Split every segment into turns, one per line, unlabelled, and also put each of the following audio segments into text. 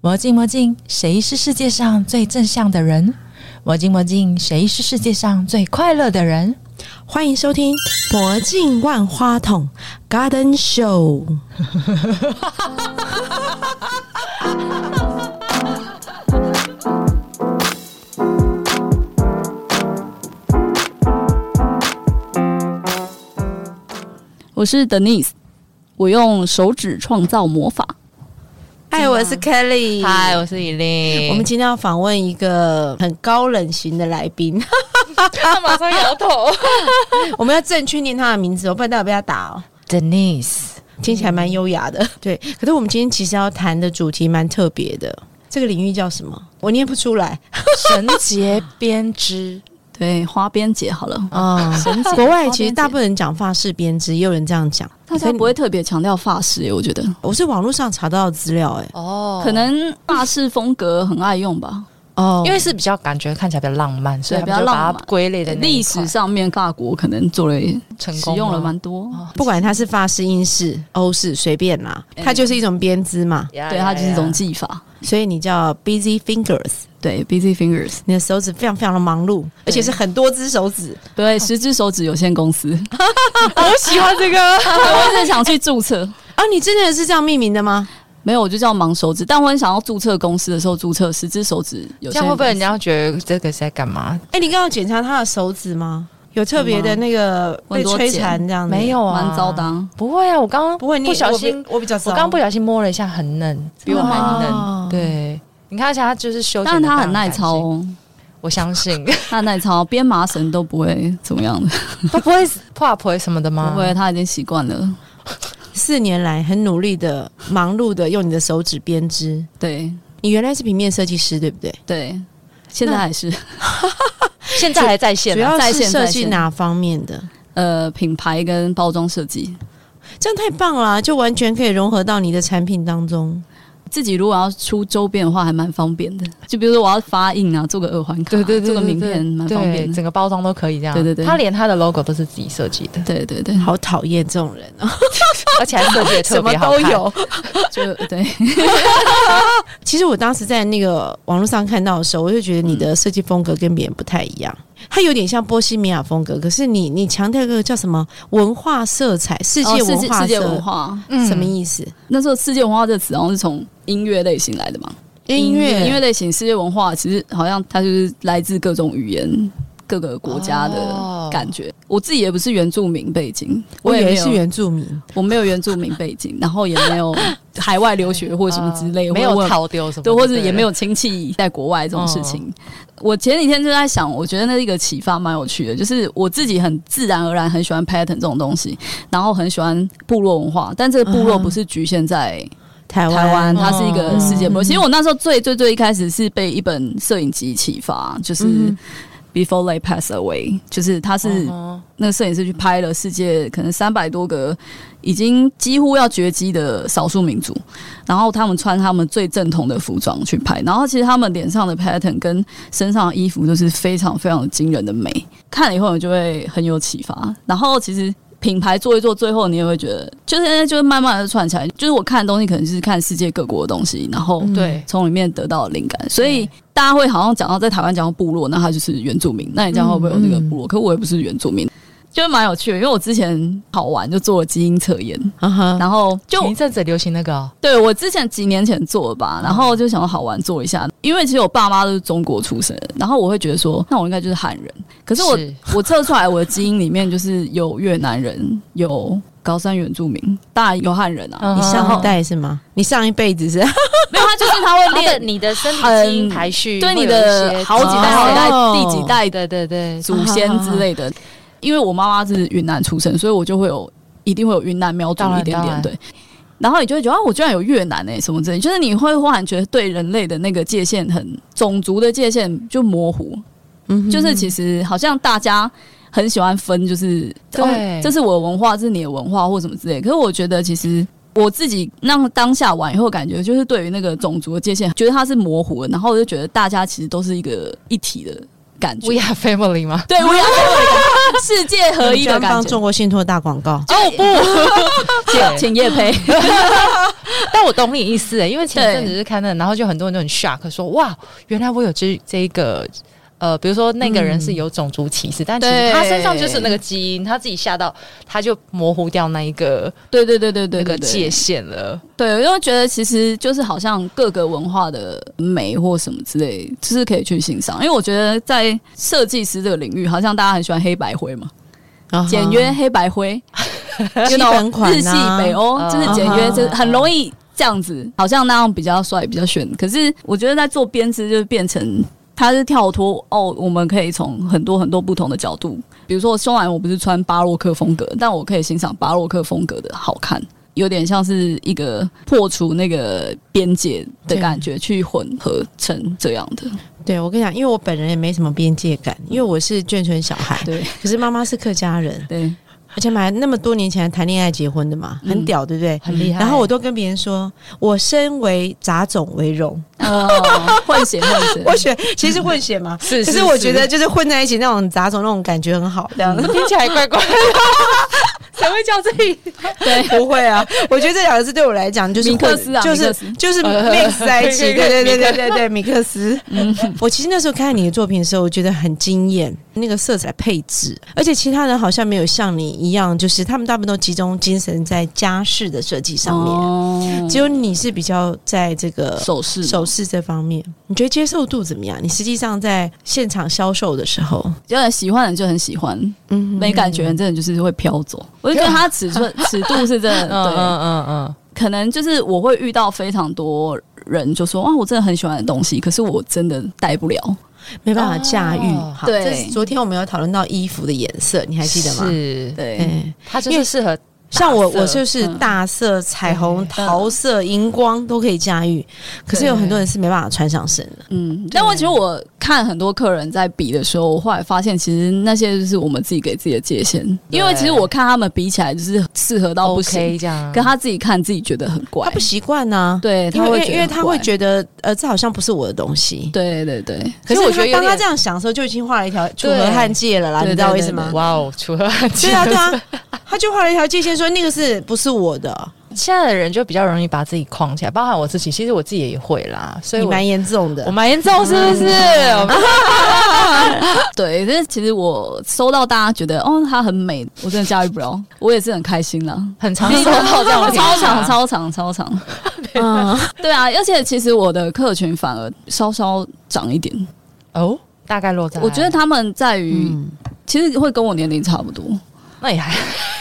魔镜魔镜，谁是世界上最正向的人？魔镜魔镜，谁是世界上最快乐的人？
欢迎收听《魔镜万花筒》Garden Show。
我是 Denise，我用手指创造魔法。
嗨，啊我是 Kelly。
嗨，我是以令。
我们今天要访问一个很高冷型的来宾，
他马上摇头。
我们要正确念他的名字哦，不然待会被他打哦。
Denise，
听起来蛮优雅的，对。可是我们今天其实要谈的主题蛮特别的，这个领域叫什么？我念不出来。
绳结编 织。
对，花边节好
哦
了。
啊、
神奇
国外其实大部
分
分人讲法式编织，也有人这样讲。
大家不会特别强调发饰耶，我觉得
我是网络上查到的资料、哎，
哦
可能发饰风格很爱用吧。
哦
因为是比较感觉看起来比较浪漫，所以
对
他们就
比较浪
把它
漫
归类的那一
历
块
史上面，法国可能做了
成
使
功哦
用了
吗
蛮多。
不管它是法式、英式、欧式，随便啦，它就是一种编织嘛。
呀
对，
呀
它就是一
呀
种技法。
所以你叫 busy fingers，
对，Busy Fingers，
你的手指非常非常的忙碌，而且是很多只手指。
哦
对，十只手指有限 公司，
我喜欢这个
我一直想去注册。
啊！你真的是这样命名的吗？
没有，我就叫盲手指。但我很想要注册公司的时候注册十只手指有
这
限
样会
公
不会人
司。
家觉得这个是在干嘛？
哎、你刚刚检查他的手指吗？有特别的那个被
很多
摧
茧
残这样子？
没，有啊，
蛮糟的啊。
不会啊，我刚刚
不会，你
不小心
我，比我比较
我
糟，
刚刚不小心摸了一下，很嫩，比我还
哦
嫩。对，你看，而且它就是修剪
但
得
是
非常干净，
它很耐操哦，
我相信
它很耐操，哦编麻绳都不会怎么样的，
它不会破破什么的吗？
不会，，它已经习惯了。
四年来很努力的、忙碌的用你的手指编织。
对
你原来是平面设计师，对不对？
对，现在还是
现在还在线
主
啊，
要
在
是
线
设
在
计
线
哪方面的？
呃品牌跟包装设计。
这样太棒了啊、就完全可以融合到你的产品当中。
自己如果要出周边的话，还蛮方便的。就比如说我要发印啊，做个耳环卡，
对对对，
做个
对
名
对
片，蛮方便
对
的。
整个包装都可以这样。
对对对，
它连它的 logo 都是自己设计的
对对对，
好讨厌这种人啊，
而且还设计得特
什么
别好
都
看。
有。
就对，
其实我当时在那个网络上看到的时候，我就觉得你的设计风格跟别人不太一样，它有点像波西米亚风格，可是你你强调一个叫什么文化色彩、世界
哦
文化色、
世界文化。
嗯
什么意思？
那时候“世界文化”这个词好像是从音乐类型来的嘛？
音乐，
音乐类型，世界文化其实好像它就是来自各种语言、各个国家
哦
的感觉。我自己也不是原住民背景，
我以
也没
为
有
是原住民，
我没有原住民背景，然后也没有海外留学或什么之类，
呃
或
没
者我
有逃丢什么的，
对，或者
对
也没有亲戚在国外这种事情。我前几天就在想，我觉得那一个启发蛮有趣的，就是我自己很自然而然很喜欢 pattern 这种东西，然后很喜欢部落文化，但这个部落
嗯哼
不是局限在
台
台湾，它是一
嗯
个世界部落。其实我那时候最最最一开始是被一本摄影集启发，就是。
嗯
Before they pass away，就是他是、
哦
那个摄影师去拍了世界可能三百多个已经几乎要绝迹的少数民族，然后他们穿他们最正统的服装去拍，然后其实他们脸上的 pattern 跟身上的衣服都是非常非常惊人的美，看了以后你就会很有启发。然后其实品牌做一做，最后你也会觉得，就是就是慢慢的串起来。就是我看的东西可能就是看世界各国的东西，然后
对
从里面得到灵感，所以。大家会好像讲到在台湾讲到部落，那他就是原住民，那你这样会不会有那个部落？
嗯
可我也不是原住民，就蛮有趣的。因为我之前好玩就做了基因测
嗯
验，
啊哈，
然后就
前一阵子流行那个哦
对我之前几年前做
嗯
的吧，然后就想要好玩做一下，因为其实我爸妈都是中国出生的，然后我会觉得说，那我应该就是汉人。可是我
是
我测出来我的基因里面就是有越南人，有高山原住民，当然有汉人啊。
嗯
你上
哼
一代是吗？
嗯
你上一辈子是？
没有，他就是他会
它的
练
你的身体基因
嗯
排序
对
会
你
有一
的
些
好几代、
哦
好几代、
哦
第几代的
对对对，
祖先之类的。因为我妈妈是云南出生，所以我就会有一定会有云南苗族
当然
一点
当然
点对。然后你就会觉得啊，我居然有越南哎、什么之类，就是你会忽然觉得对人类的那个界限很种族的界限就模糊，
嗯
就是其实好像大家很喜欢分，就是
对
哦，这是我的文化，这是你的文化或什么之类。可是我觉得其实。我自己让当下玩以后，感觉就是对于那个种族的界限，觉得它是模糊的，然后我就觉得大家其实都是一个一体的感觉
？We。are family 吗？
对，我要 世界合一的
专
感
帮
觉。
中国信托打广告，
哦 不， 请请叶培，
但我懂你意思、欸，因为前
对
阵子是看那个，然后就很多人都很 shock，说哇，原来我有这这一个。呃，比如说那个人是有种族歧视，但其实
对
他身上就是那个基因，他自己吓到，他就模糊掉那一个
对对对对对
那
对
个界
对，
限了。
对，因为觉得其实就是好像各个文化的美或什么之类，就是可以去欣赏。因为我觉得在设计师这个领域，好像大家很喜欢黑白灰嘛，简约黑白灰，
啊基
you know，
本款啊
日系北欧
嗯
就是简约，
嗯
就是很容易这样子，好像那样比较帅，比较炫。可是我觉得在做编织，就变成它是跳脱哦，我们可以从很多很多不同的角度，比如说我胸完我不是穿巴洛克风格，但我可以欣赏巴洛克风格的好看。有点像是一个破除那个边界的感觉，去混合成这样的，
对我跟你讲，因为我本人也没什么边界感，因为我是眷村小孩，
对
可是妈妈是客家人，
对，
而且买那么多年前还谈恋爱结婚的嘛，
嗯
很屌，对不对？
很厉害，
然后我都跟别人说，我身为杂种为荣，
呃，混血混血，
我选其实是混血嘛
是
可是我觉 得就是混在一起那种杂种那种感觉很好，
这样子，
听起来怪怪的，谁会叫自己？
对，
不会 啊，我觉得这两个字对我来讲就是
米克
混
斯啊
就
米
是
克斯
就是
呃
mix 在一
可以
起，
可以
对
米克
对对对对对，米克斯。
嗯
我其实那时候看你的作品的时候，我觉得很惊艳，那个色彩配置，而且其他人好像没有像你一样，就是他们大部分都集中精神在家饰的设计上面，
面
只有你是比较在这个。
哦手势
首饰这方面，你觉得接受度怎么样？你实际上在现场销售的时候，
有点喜欢的人就很喜欢，
嗯，
没感觉的人真的就是会飘走。我就觉得它尺 寸尺度是真的，
嗯
对，
嗯嗯
可能就是我会遇到非常多人就说啊，我真的很喜欢的东西，可是我真的戴不了。
没办法驾驭。
哦
好
对
这是昨天我们有讨论到衣服的颜色，你还记得吗？
是，
对，
哎
他就是适合
像我，
色
我就是
嗯
大色、彩虹、
对
桃色、荧光都可以驾驭，可是有很多人是没办法穿上身的。
嗯，但我觉得我看很多客人在比的时候，我后来发现其实那些就是我们自己给自己的界限，
对
因为其实我看他们比起来就是适合到不行
OK 这样。
可他自己看自己觉得很怪
嗯他不，习惯呢，
对，
因为
会
因为因为他会
得
觉得，呃，这好像不是我的东西
很怪，。对对对，
其
可是
实我
我
觉得
觉得
有
当他
点
这样想的时候，就已经画了一条楚
对
河汉界了啦，你
对
知道
对
我意
对
思吗
对？
哇哦，除了
对啊，对啊，他就 画了一条界限，说那个是不是我的？
现在的人就比较容易把自己框起来，包含我自己，其实我自己也会啦，所以
你
我
蛮严重的
我。蛮严重，是不是？我们
对，但是其实我收到大家觉得哦，她很美，我真的驾驭不了，我也是很开心 啦。
很常 收到这样的评价
超长、
啊
超长、超长，
嗯，
对啊，而且其实我的客群反而稍稍长一点，
哦，大概落在
我觉得他们在于、
嗯
其实会跟我年龄差不多
那也还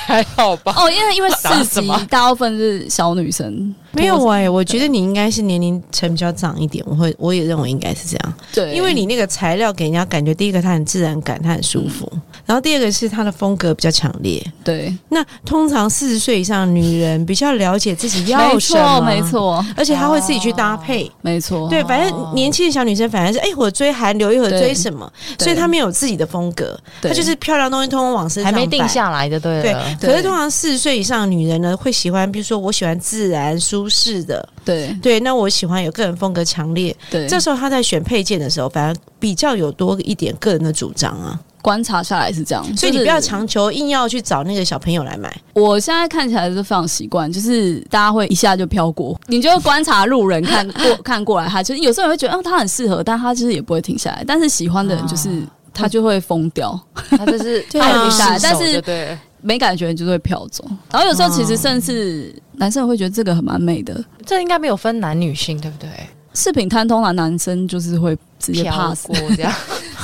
还好吧。
哦，因为因为
打什
四级
么
大部分是小女生，
没有哎、我觉得你应该是年龄层比较长一点，我会我也认为应该是这样。
对，
因为你那个材料给人家感觉，第一个它很自然感，它很舒服，
嗯
然后第二个是它的风格比较强烈。
对，
那通常四十岁以上的女人比较了解自己要
没
什么，
错没，错哦
而且她会自己去搭配。
没错，
对，反正年轻的小女生反而是，哎、我追韩流，一会儿
对
追什么，
对
所以她没有自己的风格，她
对
就是漂亮东西通通往身
还
上
没定
摆。
下来就对
对
了，，
可是
对
通常四十岁以上的女人呢，会喜欢，比如说我喜欢自然舒适的，
对
对，那我喜欢有个人风格强烈，
对，
这时候他在选配件的时候，反而比较有多一点个人的主张啊，
观察下来是这样，
所以你
就
不
是
要强求硬要去找那个小朋友来买。
我现在看起来是非常习惯，就是大家会一下就飘过，你就会观察路人看过看过来他，就是有时候你会觉得，哦、他很适合，但他就是也不会停下来。但是喜欢的人就是、
嗯
他就会疯掉，
他 就是
对
爱
啊
不释手
但是
就对了，
没感觉你就是会飘走。然后有时候其实甚至嗯男生也会觉得这个很蛮美的，
这应该没有分男女性，对不对？
饰品摊通常男生就是会直接
飘
pass，
过这 样，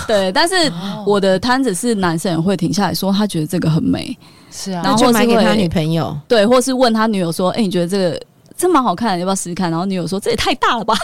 对。但是我的摊子是男生也会停下来说他觉得这个很美，
是啊，
然
那
后
就买给
是会
他女朋 友，
对，或是问他女友说：“哎、你觉得这个这蛮好看的，你要不要试试看？”然后女友说：“这也太大了吧！”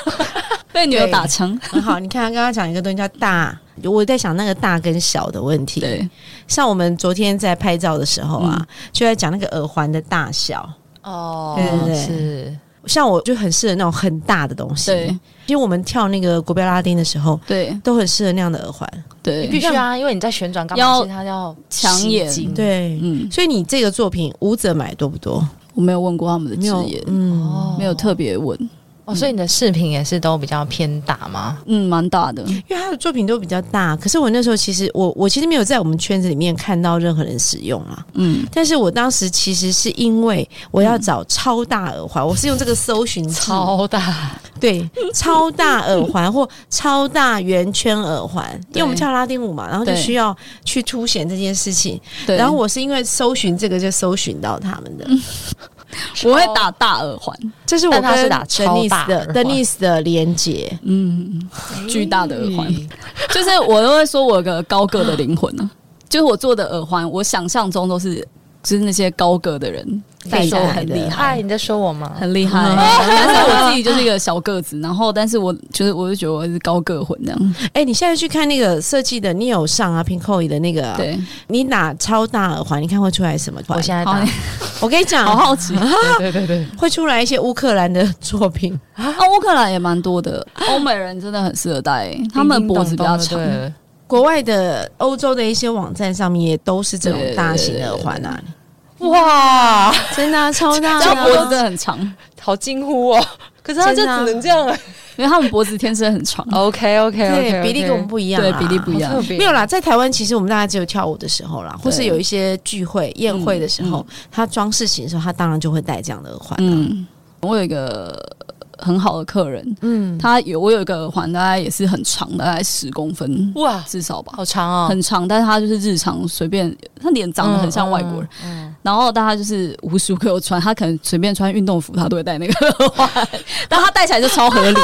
被女友打枪。
很嗯好。你看他刚刚讲一个东西叫大，我在想那个大跟小的问题。
对，
像我们昨天在拍照的时候啊，就在讲那个耳环的大小。
哦，
对对对
是
像我就很适合那种很大的东西，
对
因为我们跳那个国标拉丁的时候，
对
都很适合那样的耳环。
你
对，
必须啊，因为你在旋转干嘛？
要
其实它要
抢眼
吸睛
对，
嗯，
所以你这个作品舞者买多不多？
我没有问过他们的
没有
职业，，
嗯，
哦
没有特别问。
哦，所以你的饰品也是都比较偏大吗？
嗯，蛮大的。
因为他的作品都比较大，可是我那时候其实我我其实没有在我们圈子里面看到任何人使用啊。
嗯，
但是我当时其实是因为我要找超大耳环，我是用这个搜寻器
超大，
对超大耳环 或超大圆圈耳环，因为我们跳拉丁舞嘛，然后就
对
需要去凸显这件事情。
对。
然后我是因为搜寻这个就搜寻到他们的，
我会打大耳环，
这是我
嗯但他是
跟
打
d e
超
n i
大
s 的
耳
d e
环
n i s 的连接。
嗯，巨大的耳环，
哎
就是我都会说我有个高个的灵魂呢、就是我做的耳环，我想象中都是就是那些高个的人戴
厉
都
害
很
的
厉害。
嗨，你在说我吗？
很厉害，但是我自己就是一个小个子，然后但是我就是我就觉得我是高个魂这样，
哎、你现在去看那个设计的 Neo 上啊，Pinkoi 的那个啊、
对，
你打超大耳环，你看会出来什么？
我现在
好
打，
我跟你
好
讲，
好奇啊，
对对 对，
会出来一些乌克兰的作 品。
乌克兰也蛮多的，欧美人真的很适合戴，他们脖子比较长，
对
国外的、欧洲的一些网站上面也都是这种大型耳环啊，
哇，
真的啊、 超大
只要脖
的
子真
啊、
的很长，
好惊呼哦！可是他就
真的啊
只能这样了。
因为他们脖子天生很长，
OK OK
对
OK，
比例跟我们不一样、啊
对比例不一样
特，别
没有啦，在台湾其实我们大家只有跳舞的时候啦，或是
对
有一些聚会、宴会的时候，他装饰型的时候，他当然就会戴这样的耳环、啊。
嗯，我有一个很好的客人，
嗯，
他有我有一个耳环，大概也是很长，大概十公分
哇，
至少吧，
好长哦，
很长，但是他就是日常随便，他脸长得很像外国人，
嗯，
然后但他就是无时无刻有穿，他可能随便穿运动服，他都会戴那个 耳环，但他戴起来就超合理，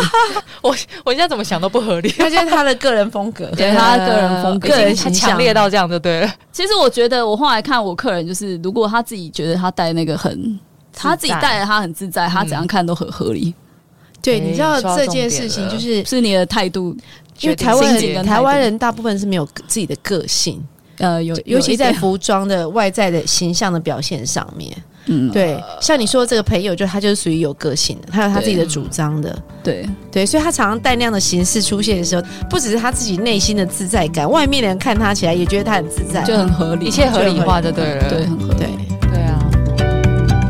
我我现在怎么想都不合理，
那就是他的个人风格。
对他个人风格
已经
个人
太
形象
强烈到这样就对了。
其实我觉得，我后来看我客人，就是如果他自己觉得他戴那个很，他自己戴的他很自在，他怎样看都很合理，
对，
哎
你知道
你说到
这
重
件
点
事情
了
就是
是你的态度，
因
决
为
定
台湾
心
人
境跟
台湾
态度
人大部分是没有自己的个性，
呃，有
尤其在
有一点
服装的外在的形象的表现上面。
嗯
对，像你说的这个朋友，就他就是属于有个性的，他有他自己的主张的。
对
对，所以他常常带那样的形式出现的时候，不只是他自己内心的自在感，外面的人看他起来也觉得他很自在。
就很合理，
一切合理化就对了，
对很合理。
对，
对啊。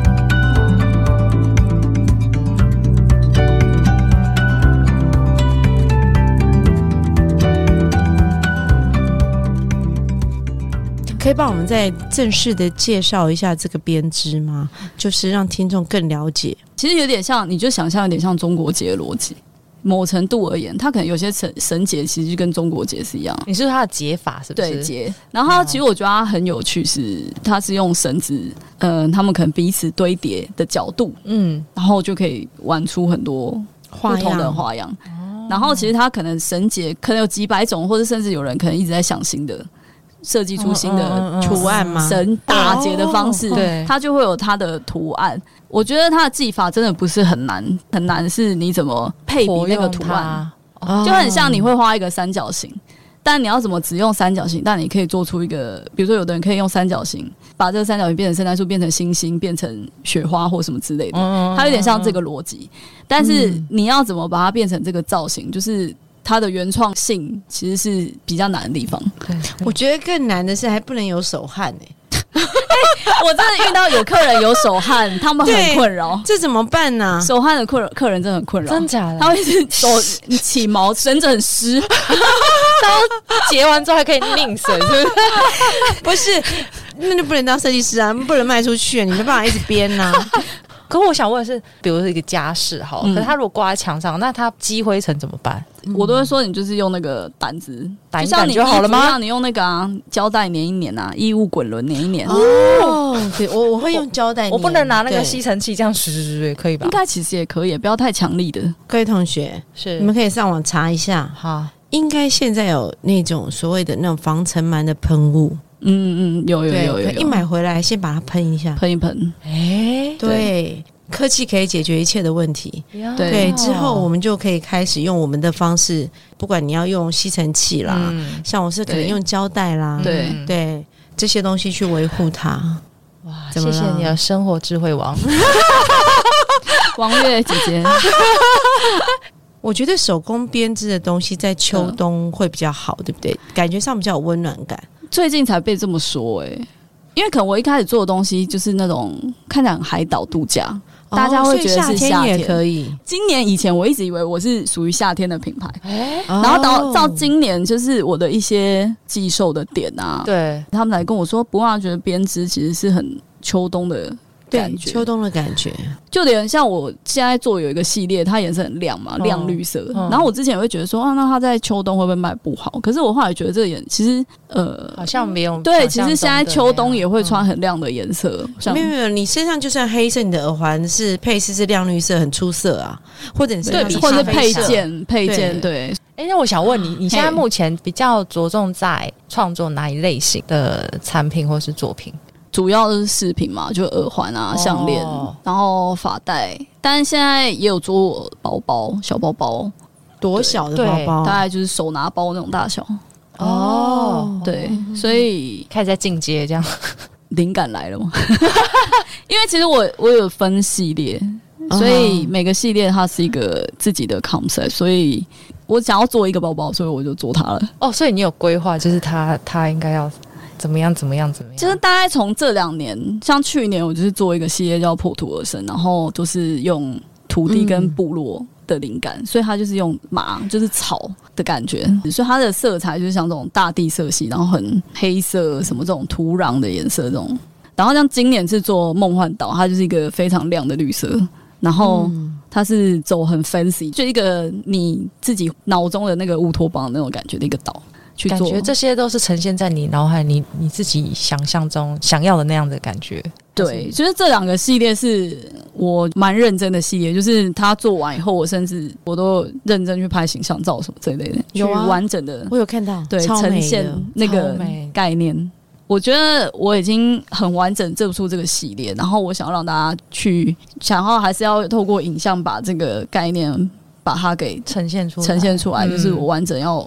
可以帮我们再正式的介绍一下这个编织吗？就是让听众更了解。
其实有点像，你就想象有点像中国结的逻辑。某程度而言，它可能有些绳绳结其实就跟中国结是一样，
你是说它的解法是不
对
是？
结。然后它其实我觉得它很有趣是，它是用绳子，嗯、他们可能彼此堆叠的角度，
嗯，
然后就可以玩出很多不
花
同的
样，
花样。然后其实它可能绳结可能有几百种，或者甚至有人可能一直在想新的，设计出新的
嗯嗯嗯嗯
图案吗？
绳打结的方式，
哦对
它就会有它的图案。我觉得它的技法真的不是很难，很难是你怎么配比
活
那个
用
图案，
它，
就很像你会画一个三角形。但你要怎么只用三角形？但你可以做出一个，比如说有的人可以用三角形，把这个三角形变成圣诞树，变成星星，变成雪花或什么之类的。
嗯，
它有点像这个逻辑，但是你要怎么把它变成这个造型，就是它的原创性其实是比较难的地方。
我觉得更难的是还不能有手汗哎、
我真的遇到有客人有手汗，他们很困扰，
这怎么办 呢、
手汗的客客人真的很困扰，
真假
他
的？
会是 手起毛，绳子很湿，
结完之后还可以拧绳，是不 是？
不是，那就不能当设计师啊，不能卖出去、啊，你没办法一直编呐、
可我想问的是，比如说一个家饰好，
嗯
可是它如果挂在墙上，那它积灰尘怎么办？
我都会说你就是用那个掸子，
掸一掸
像你
就好了吗
衣服一样你用那个啊胶带粘一粘啊，衣物滚轮粘一粘，
哦，对我我会用胶带粘，
我不能拿那个
对
吸尘器这样吸吸吸，可以吧
应？该其实也可以，不要太强力的。
各位同学，
是
你们可以上网查一下，
好，
应该现在有那种所谓的那种防尘螨的喷雾，
嗯嗯，有有有有
可以一
有，
买回来先把它喷一下，
喷一喷，
哎，
对。科技可以解决一切的问题，
对
对，之
哦
后我们就可以开始用我们的方式，不管你要用吸尘器啦，
嗯
像我是可能
对
用胶带啦，
对
嗯
对这些东西去维护它。
哇，
怎么
谢谢
了
你的生活智慧王，
王月姐姐，
我觉得手工编织的东西在秋冬会比较好，对不对？感觉上比较有温暖感。
最近才被这欸么说哎、因为可能我一开始做的东西就是那种看起来很海岛度假，大家会觉得
哦所
是
以
夏
夏
天
也可以。
今年以前我一直以为我是属于夏天的品牌，
哎，
然
然后到到今年就是我的一些寄售的点啊，
对，
他们来跟我说，不啊让觉得编织其实是很秋冬的
对
感觉，
秋冬的感觉，
就有点像我现在做有一个系列，它颜色很亮嘛，
嗯
亮绿色。
嗯
然后我之前也会觉得说，啊，那它在秋冬会不会卖不好？可是我后来觉得这个颜其实呃
好，像没有
对，
想
其
象
实现在
中的嗯
秋
那
冬
样
也会穿很亮的颜色，像
没有没有，你身上就算黑色，你的耳环是配饰是亮绿色，很出色啊，或者你身
对
上是
或者
咖啡
配
色，
件配件对。
哎，那我想问你，你现在
嘿
目前比较着重在创作哪一类型的产品或是作品？
主要是饰品嘛，就耳环啊、
哦
项链，然后发带，但现在也有做包包、小包包，
多小的
对
包包
大
啊，
概就是手拿包那种大小。
哦，
对，所以
开始在进阶这样。
灵感来了嘛，因为其实我我有分系列，所以每个系列它是一个自己的 concept，所以我想要做一个包包，所以我就做它了。
哦，所以你有规划，就是他他应该要怎么样怎么样怎么样？
就是大概从这两年，像去年我就是做一个系列叫《破土而生》，然后就是用土地跟部落的灵感，所以它就是用麻，就是草的感觉，所以它的色彩就是像这种大地色系，然后很黑色什么这种土壤的颜色这种。然后像今年是做梦幻岛，它就是一个非常亮的绿色，然后
嗯
它是走很 fancy，就一个你自己脑中的那个乌托邦的那种感觉的一个岛去
感
做。
觉这些都是呈现在你脑海里，你自己想象中想要的那样的感觉。
对，就是这两个系列是我蛮认真的系列，就是他做完以后，我甚至我都有认真去拍形象照什么这一类的，
有啊
去完整的
我有看到，
对
超
呈
美
现
的，
那个
超美
概念。我觉得我已经很完整做出这个系列，然后我想要让大家去，想要还是要透过影像把这个概念把它给
呈现出来
呈现出来，
嗯
就是我完整要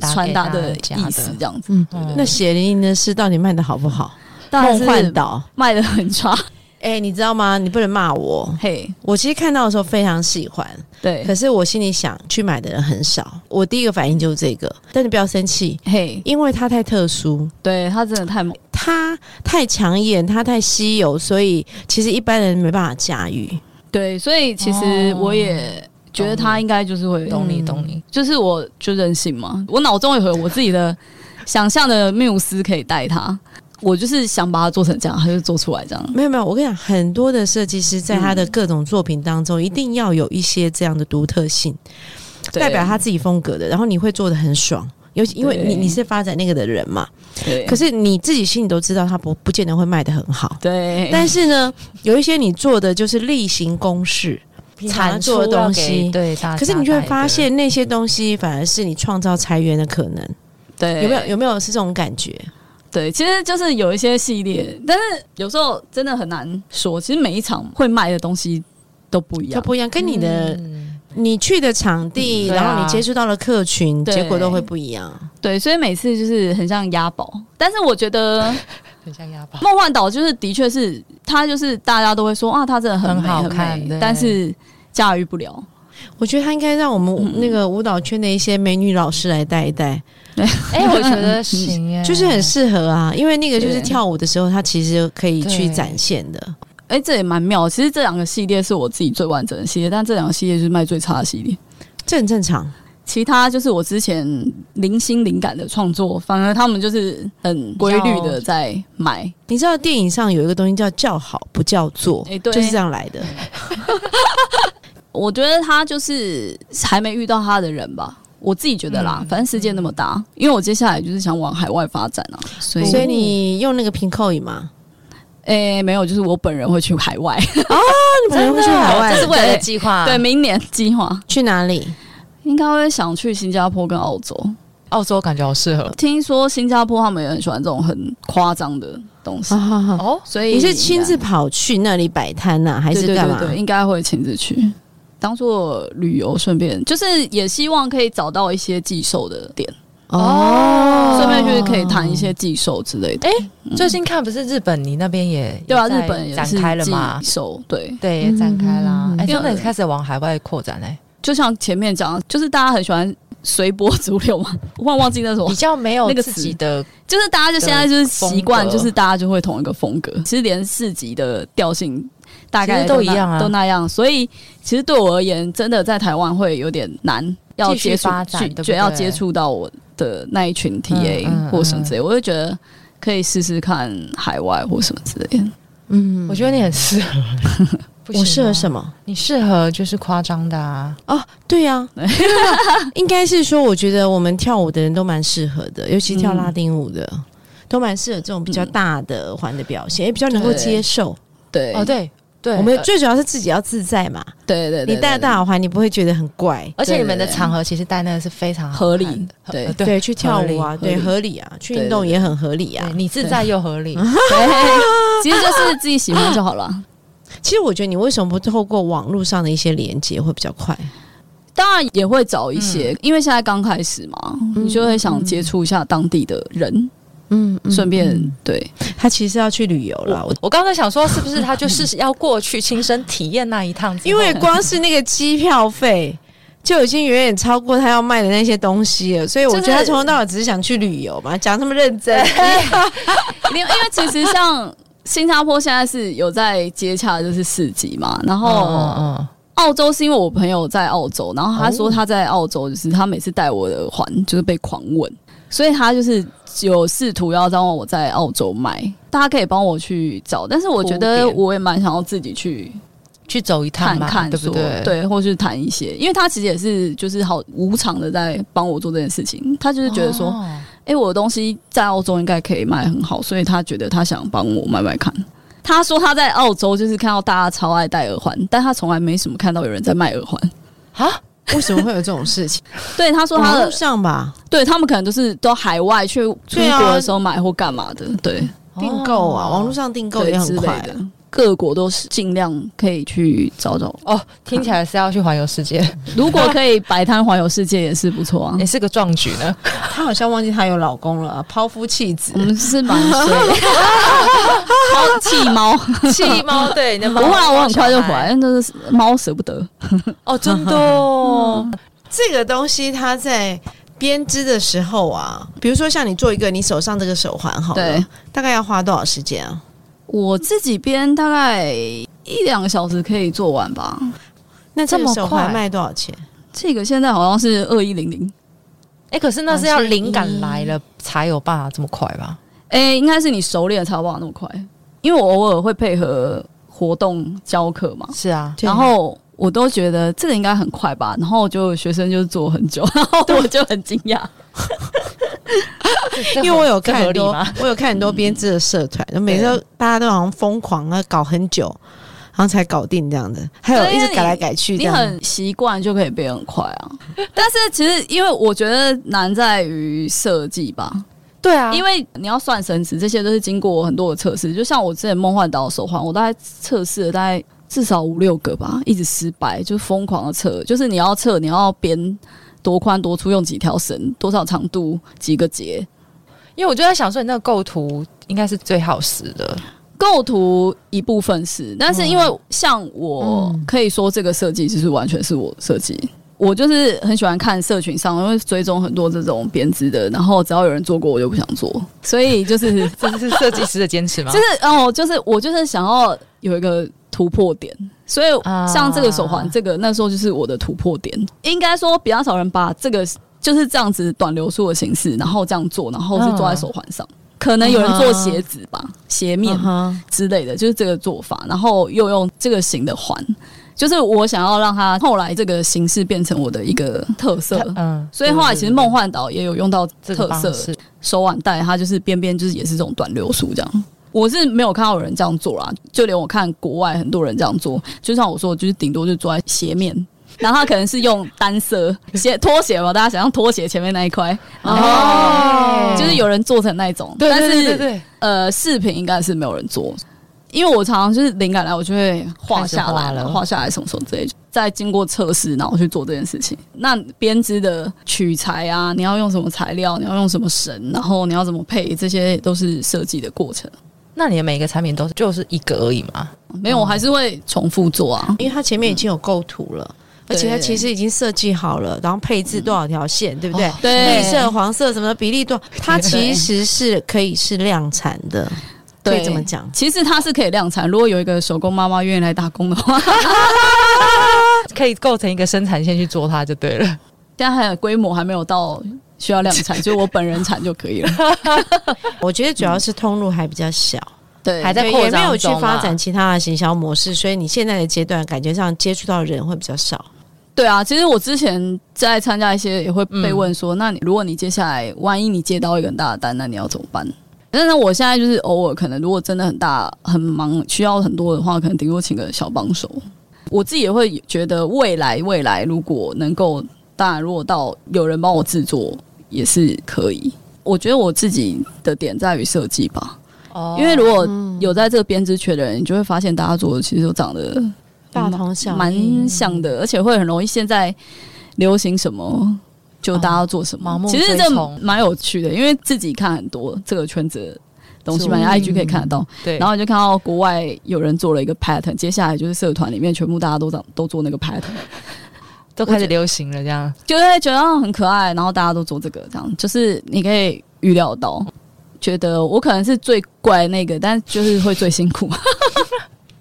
传达给
传达
大
的
家
意
的
思这样子。
嗯
对对，
那血淋的是到底卖的好不好？
当啊然是
梦幻岛，
卖的很差，
哎、你知道吗？你不能骂我，
嘿，
我其实看到的时候非常喜欢，
对，
可是我心里想去买的人很少，我第一个反应就是这个。但你不要生气，
嘿，
因为它太特殊，
对他真的太猛。
它太抢眼，它太稀有，所以其实一般人没办法驾驭。
对，所以其实我
哦
也觉得他应该就是会，
懂你
嗯
懂你，
就是我就任性嘛，我脑中有我自 己的想象的缪斯可以带他，我就是想把它做成这样，他就做出来这样。
没有没有，我跟你讲，很多的设计师在他的各种作品当中，一定要有一些这样的独特性，
对
代表他自己风格的，然后你会做的很爽。尤其因为
对
你你是发展那个的人嘛，
对，
可
是
是你自己心里都知道，他不不见得会卖的很好。
对，
但是呢，有一些你做的就是例行公事，
产出
做的东
要给
西
对
啊
大家
可是你就会
带的
发，现那些东西反而是你创造裁员的可能，
对
有没有？有没有是这种感觉？
对，其实就是有一些系列，但是有时候真的很难说。其实每一场会卖的东西都不一
它
样，
不一样，跟你的、
嗯
你去的场地，
嗯对啊
然后你接触到了客群，
对
结果都会不一样。
对，所以每次就是很像押宝。但是我觉得
很像鸭 宝，
梦幻岛就是的确是它，就是大家都会说啊，它真的很美
很好看
美
对
但是驾驭不了。
我觉得他应该让我们那个舞蹈圈的一些美女老师来带一带，
哎，我觉得行哎，
就是很适合啊，因为那个就是
对
跳舞的时候，他其实可以去
对
展现的。
哎、这也蛮妙。其实这两个系列是我自己最完整的系列，但这两个系列就是卖最差的系列。
这很正常，
其他就是我之前零星灵感的创作，反而他们就是很规律的在买。
你知道电影上有一个东西叫叫好不叫座，
哎对
就是这样来的。
我觉得他就是还没遇到他的人吧，我自己觉得
嗯
啦。反正世界那么大，因为我接下来就是想往海外发展啊，所以
所以你用那个平扣椅嘛？
哎、没有，就是我本人会去海外。
那你本来会去海外
这是为
对
了计划
对，，明年计划
去哪里？
应该会想去新加坡跟澳洲。
澳洲感觉好适合
听说新加坡他们也很喜欢这种很夸张的东西，
嗯
哦，
所以
啊你是亲自
应
跑去那里摆摊呐，还
该
是
对对
干
对
嘛？
对，应该会亲自去。当做旅游，顺便就是也希望可以找到一些寄售的点，
哦，
顺、便就是可以谈一些寄售之类的。
哎最近看不是日本，你那边也
对啊，
也在
日本也
展
是
开了嘛
寄？售，对，
对，也展开啦
嗯，
哎，真
因
的
为
开始往海外扩展嘞。欸
就像前面讲，就是大家很喜欢随波逐流嘛， 我忘忘记那什么
比，较没有
那个
自
词
己的
就是大家就现在就是习惯，
风格
就是大家就会同一个风格。其实连四级的调性大
其
概
实都
那
一样啊
都那样。所以其实对我而言，真的在台湾会有点难要
继续
接触
发展
去
对不
就
对
要接触到我的那一群 TA、
嗯嗯
或什么之类，我就觉得可以试试看海外或什么之类的。
嗯
我觉得啊你很适 合。
我适合什
么？
么？
你适合就是夸张的啊，
哦，对呀、 啊，没有没有应该是说，我觉得我们跳舞的人都蛮适合的，尤其跳拉丁舞的，
嗯
都蛮适合这种比较大的环的表现，也比较能够
对
接受。
嗯对，
哦，对对，
我们
呃
最主要是自己要自在嘛，
对对对，
你戴
对
大耳环，你不会觉得很怪。
而且你们的
对对对
场合其实戴那个是非常好
合理
看的
对
呃对
对，去跳舞啊，
合理
对，合理啊，去
对
运动
对
也很合理啊
对，。嗯你自在又合理，
对其实就是自己喜欢就好了。
其实我觉得你为什么不透过网络上的一些连接会比较快？
当然也会找一些，
嗯
因为现在刚开始嘛，你就会想接触一下当地的人，
嗯，
顺便对
他其实要去旅游啦，我
我刚才想说，是不是他就是要过去亲身体验那一趟 之后？
因为光是那个机票费就已经远远超过他要卖的那些东西了，所以我觉得他从头到尾只是想去旅游嘛，讲这么认真，
因为因为其实像新加坡现在是有在接洽，就是市集嘛。然后
嗯哦嗯
澳洲是因为我朋友在澳洲，然后他说他在澳洲就是他每次戴我的环就是被狂吻，所以他就是有试图要让我在澳洲卖。大家可以帮我去找，但是我觉
铺
得
垫
我也蛮想要自己去
去走一趟
看
嘛，
看
对不
说
对？，
对，或是谈一些，因为他其实也是就是好无偿的在帮我做这件事情，他就是觉得说，哎、
哦
我的东西在澳洲应该可以卖很好，所以他觉得他想帮我卖卖看。他说他在澳洲就是看到大家超爱戴耳环，但他从来没什么看到有人在卖耳环。
啊，
为什么会有这种事情？
对，他说他
网
的
络上吧，
对他们可能就是都海外去出
哦对啊
国的时候买或干嘛的，对，
订购啊，
哦
网络上订购
对
也
之
很
类
快
的
啊。
各国都是尽量可以去找找，
哦，听起来是要去环游世界，
如果可以摆摊环游世界也是不错 啊。
也是个壮举 呢。
她好像忘记她有老公了啊，抛夫弃子
我。们是蛮衰的， 抛弃猫。
弃猫，对，你的
不会啊，我很快就回来，因为那是猫舍不得。
哦，真的哦，
这个东西它在编织的时候啊，比如说像你做一个你手上这个手环好了
对，
大概要花多少时间啊？
我自己编大概一两个小时可以做完吧。
那这
这
个
么
手
快
环卖多少钱？
这个现在好像是二一零零，
哎，可是那是要灵感来了才有办法这么快 吧？
哎，应该是你熟练才有办法那么快，因为我偶尔会配合活动教课嘛，
是啊，
对
然后。我都觉得这个应该很快吧，然后就学生就做很久， 然后我就很惊讶。
因为我有看
合
很
理
多
吗？，
我有看很多编制的社团，就每次
对
都大家都好像疯狂啊，搞很久，然后才搞定这样的，还有
对
一直
因为
改来改去这
你
样。
很习惯就可以变很快啊。但是其实，因为我觉得难在于设计吧，
对啊，
因为你要算绳子，这些都是经过很多的测试。就像我之前梦幻岛手环，我大概测试了大概至少五六个吧，一直失败，就疯狂的测，就是你要测，你要编。多宽多粗，用几条绳，多少长度，几个结，
因为我就在想说，你那个构图应该是最耗时的，
构图一部分是，但是因为像我、可以说这个设计就是完全是我设计。我就是很喜欢看社群上，因为追踪很多这种编织的，然后只要有人做过，我就不想做， 所以就是就
这是设计师的坚持吗？
是哦，就是我就是想要有一个突破点，所以
啊
像这个手环，这个那时候就是我的突破点。应该说比较少人把这个就是这样子短流速的形式，然后这样做，然后是
嗯
做在手环上。可能有人做鞋子吧，鞋面
嗯哼
之类的，就是这个做法，然后又用这个型的环，就是我想要让它后来这个形式变成我的一个特色。
嗯，
所以后来其实梦幻岛也有用到
这个
特
方
色
式
手腕带，它就是边边就是也是这种短流速这样。我是没有看到有人这样做啦，就连我看国外很多人这样做，就像我说，就是顶多就坐在鞋面，然后他可能是用单色鞋拖鞋吧，大家想象拖鞋前面那一块，然后
哦
就是有人做成那一种，
对对对
但
对
是
对，
呃，饰品应该是没有人做，因为我常常就是灵感来，我就会画下来
开始画了
画下来什么什么之类的，再经过测试，然后去做这件事情。那编织的取材啊，你要用什么材料，你要用什么绳，然后你要怎么配，这些都是设计的过程。
那你的每个产品都是就是一个而已嘛？
没有，我还是会重复做啊。
嗯因为它前面已经有构图了，嗯而且它
对
其实已经设计好了，然后配置多少条线，对不对
哦？
对
绿色、黄色什么的比例多，它其实是可以是量产的，可以
对，
这么讲。
其实它是可以量产，如果有一个手工妈妈愿意来打工的话，
可以构成一个生产线去做它就对了。
但还有规模还没有到需要 量产，就我本人产就可以了。
我觉得主要是通路还比较小，
对，
还在
对
扩
也没有
张
去
中
发
啦
展其他的行销模式，所以你现在的阶段感觉上接触到的人会比较少。
对啊，其实我之前在参加一些也会被问说，那你如果你接下来万一你接到一个很大的单，那你要怎么办？但是我现在就是偶尔可能如果真的很大很忙需要很多的话，可能顶多请个小帮手。我自己也会觉得未来未来如果能够，当然如果到有人帮我制作也是可以。我觉得我自己的点在于设计吧，
哦
因为如果有在这个编织圈的人，你就会发现大家做的其实都长得
大同小异
蛮像的，而且会很容易现在流行什么。就大家做什么，
哦盲目
其实
追
这
从
蛮有趣的，因为自己看很多这个圈子的东西嘛，
是
你 IG 可以看得到，
对，
然后你就看到国外有人做了一个 pattern，接下来就是社团里面全部大家都长都做那个 pattern，
都开始流行了这样。
就会觉得啊很可爱，然后大家都做这个，这样就是你可以预料到，觉得我可能是最怪那个，但就是会最辛苦，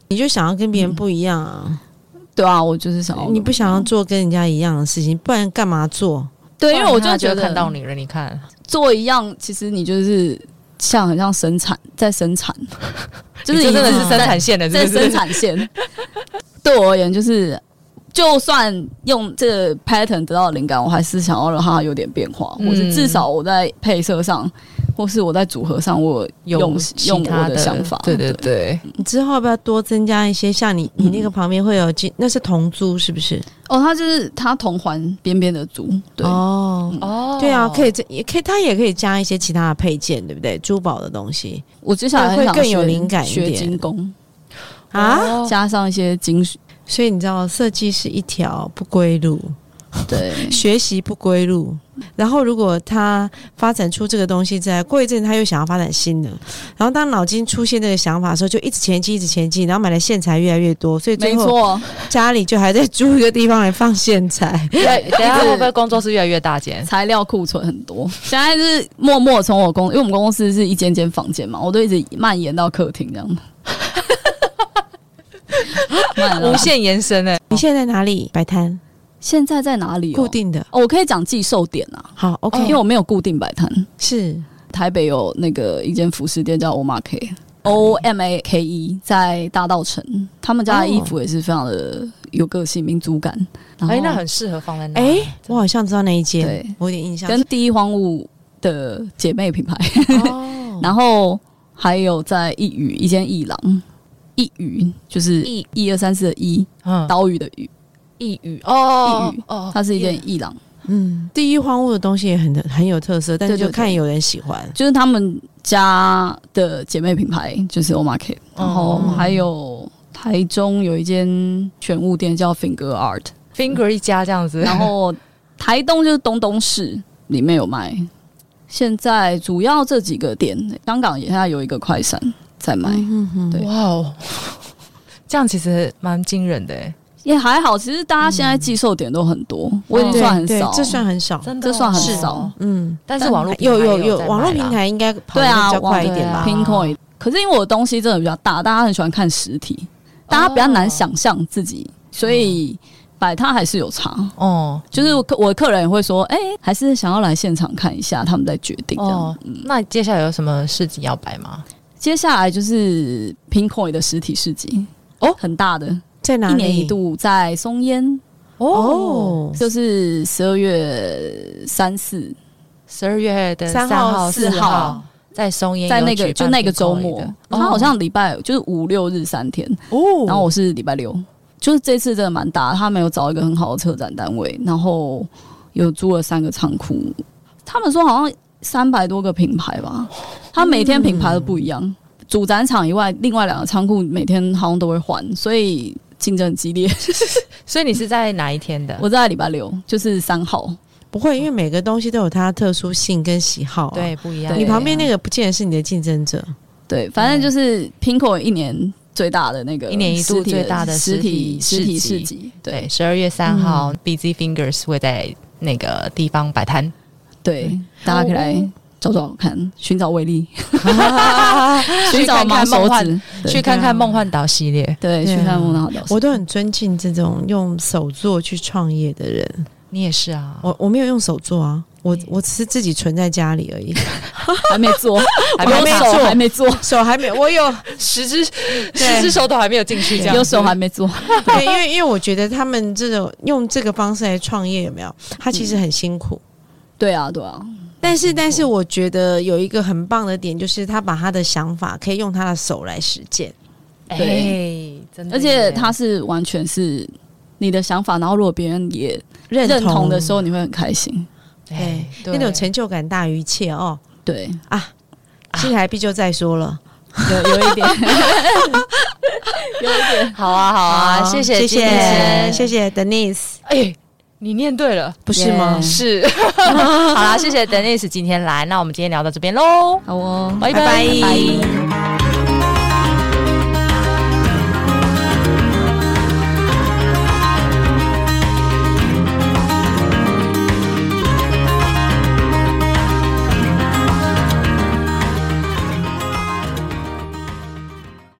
你就想要跟别
嗯
人不一样啊，
对啊，我就是想要
你不想要做跟人家一样的事情，不然干嘛做？
对，因为我
不然他
觉
就
得
看到你了，你看
做一样，其实你就是像很像生产，在 生产，就是
你就真的
一
是生
直在
产线的，
在
是不
生
是？
产线。 对我而言，就是就算用这个 pattern 得到灵感，我还是想要让它有点变化，
嗯
或是至少我在配色上，或是我在组合上，我有用
其
用
他
我的想法。
对对对，
你之后要不要多增加一些像
嗯
你你那个旁边会有金，那是同租是不是？
哦，它就是它同环边边的组，
嗯
对。
哦，
哦
对啊，可
以
以这也可以，它也可以加一些其他的配件，对不对？珠宝的东西
我接下来很
会
想
更有
学
灵感一
学
点
精工，
啊，
哦
加上一些精
所以你知道，设计是一条不归路，
嗯 对
学习不归路。然后，如果他发展出这个东西之后，过一阵他又想要发展新的，然后当脑筋出现这个想法的时候，就一直前进，一直前进，然后买的线材越来越多，所以最
没
后
错，
家里就还在租一个地方来放线材。
对，等一下
一直
会不会工作室越来越大间？
材料库存很多，现在是默默从我公，因为我们公司是一间间房间嘛，我都一直蔓延到客厅这 样。蔓 延
无
到
限延伸哎，
你现在在哪里摆摊？
现在在哪里、哦？
固定的，
哦，我可以讲寄售点啊
好，OK，、
哦
因为我没有固定摆摊。
是
台北有那个一间服饰店叫 Omake O M A K E，在大道城，他们家的衣服也是非常的有个性、民族感。然后
哦哎，那很适合放在那。
哎、我好像知道那一间
对，
我有点印象。
跟第一荒芜的姐妹品牌。
哦，
然后还有在一屿一间一廊，一屿就是
一
一二三四的一，
嗯，
岛屿的屿，
抑郁哦
抑郁
哦，
它是一间一廊，
嗯，第一荒芜的东西也很很有特色，但是
对对
就看
对
有人喜欢。
就是他们家的姐妹品牌就是 Omarket，然后还有台中有一间全物店叫 Finger Art，
finger 一家这样子，
然后台东就是东东市里面有卖。现在主要这几个店，香港也现在有一个快闪在卖，
嗯哼
对
哇哦，这样其实蛮惊人的哎，
也还好。其实大家现在寄售点都很多，我已经
对
算很
对
少，
这算很少。
真的
这算很
哦
少，
嗯，
但是网络
有有
有
有网络平。台应该跑
对
得
啊
比较快一
网
点
对啊
吧？
Pincoin。可是因为我的东西真的比较大，大家很喜欢看实体，大家比较难想象自己，所以摆摊还是有差。
哦
就是我客我的客人也会说，哎、还是想要来现场看一下，他们再决定这样。
哦，那接下来有什么事情要摆吗？
接下来就是 Pincoin 的实体市集，哦，很大的，
在哪
一
里？
年一度在松烟，
哦，
就是十二月三四
十二月的
三
三
号
号、
四
四
号
号，在松烟
在那
有
个
举
就
办
那个周
Pincoin
末
的，
他好像礼拜就是五六日三天，
哦
然后我是礼拜六，就是这次真的蛮大，他们有找一个很好的策展单位，然后有租了三个仓库，他们说好像三百多个品牌
哦
吧，他每天品牌都不一样，主展场以外，另外两个仓库每天好像都会换，所以竞争很 激烈。
所以你是在哪一天的？
我在礼拜六，就是三号，
不会，因为每个东西都有它的特殊性跟喜好、，啊
对，不一样。
对
你旁边那个不见得是你的竞争者，
对，反正就是 Pinko 一年最大的那个
嗯一年一度
实体
最大的
实体
实
实
体
体
市
市
集
集，对
对，十二月三号、b u s y Fingers 会在那个地方摆摊。
对，大家可以
哦
来找找看，寻找威 力，
去
寻找
看看
盲
梦
手
幻，
指，对
去看看梦幻岛系列。
对，
对啊
去看梦岛老师
我。都很尊敬这种用手做去创业的人。
你也是啊，
我我没有用手做啊，我我只是自己存在家里而 已，
还没做，
还
有
没
手
做
还没做，
手还没有，我有
十只十只手都还没有进去，这样
有手还没做，
对，因为因为我觉得他们这种用这个方式来创业有没有？他其实嗯很辛苦，
对啊，对啊，
但是但是我觉得有一个很棒的点，就是他把他的想法可以用他的手来实践。
哎、真的耶，
而且他是完全是你的想法，然后如果别人也
认
认同的时
候，
候，你会很开心。
对
哎，
那种成就感大于一切哦。
对，
性海必就再说了，
有有 一点，有一点，
好啊好啊，
好
谢
谢
谢今天
谢谢谢 Denise，
哎、你念对了，
不是吗？
Yeah
是好啦，谢谢 Dennis 今天来，那我们今天聊到这边喽，
好哦，
拜
拜
拜
拜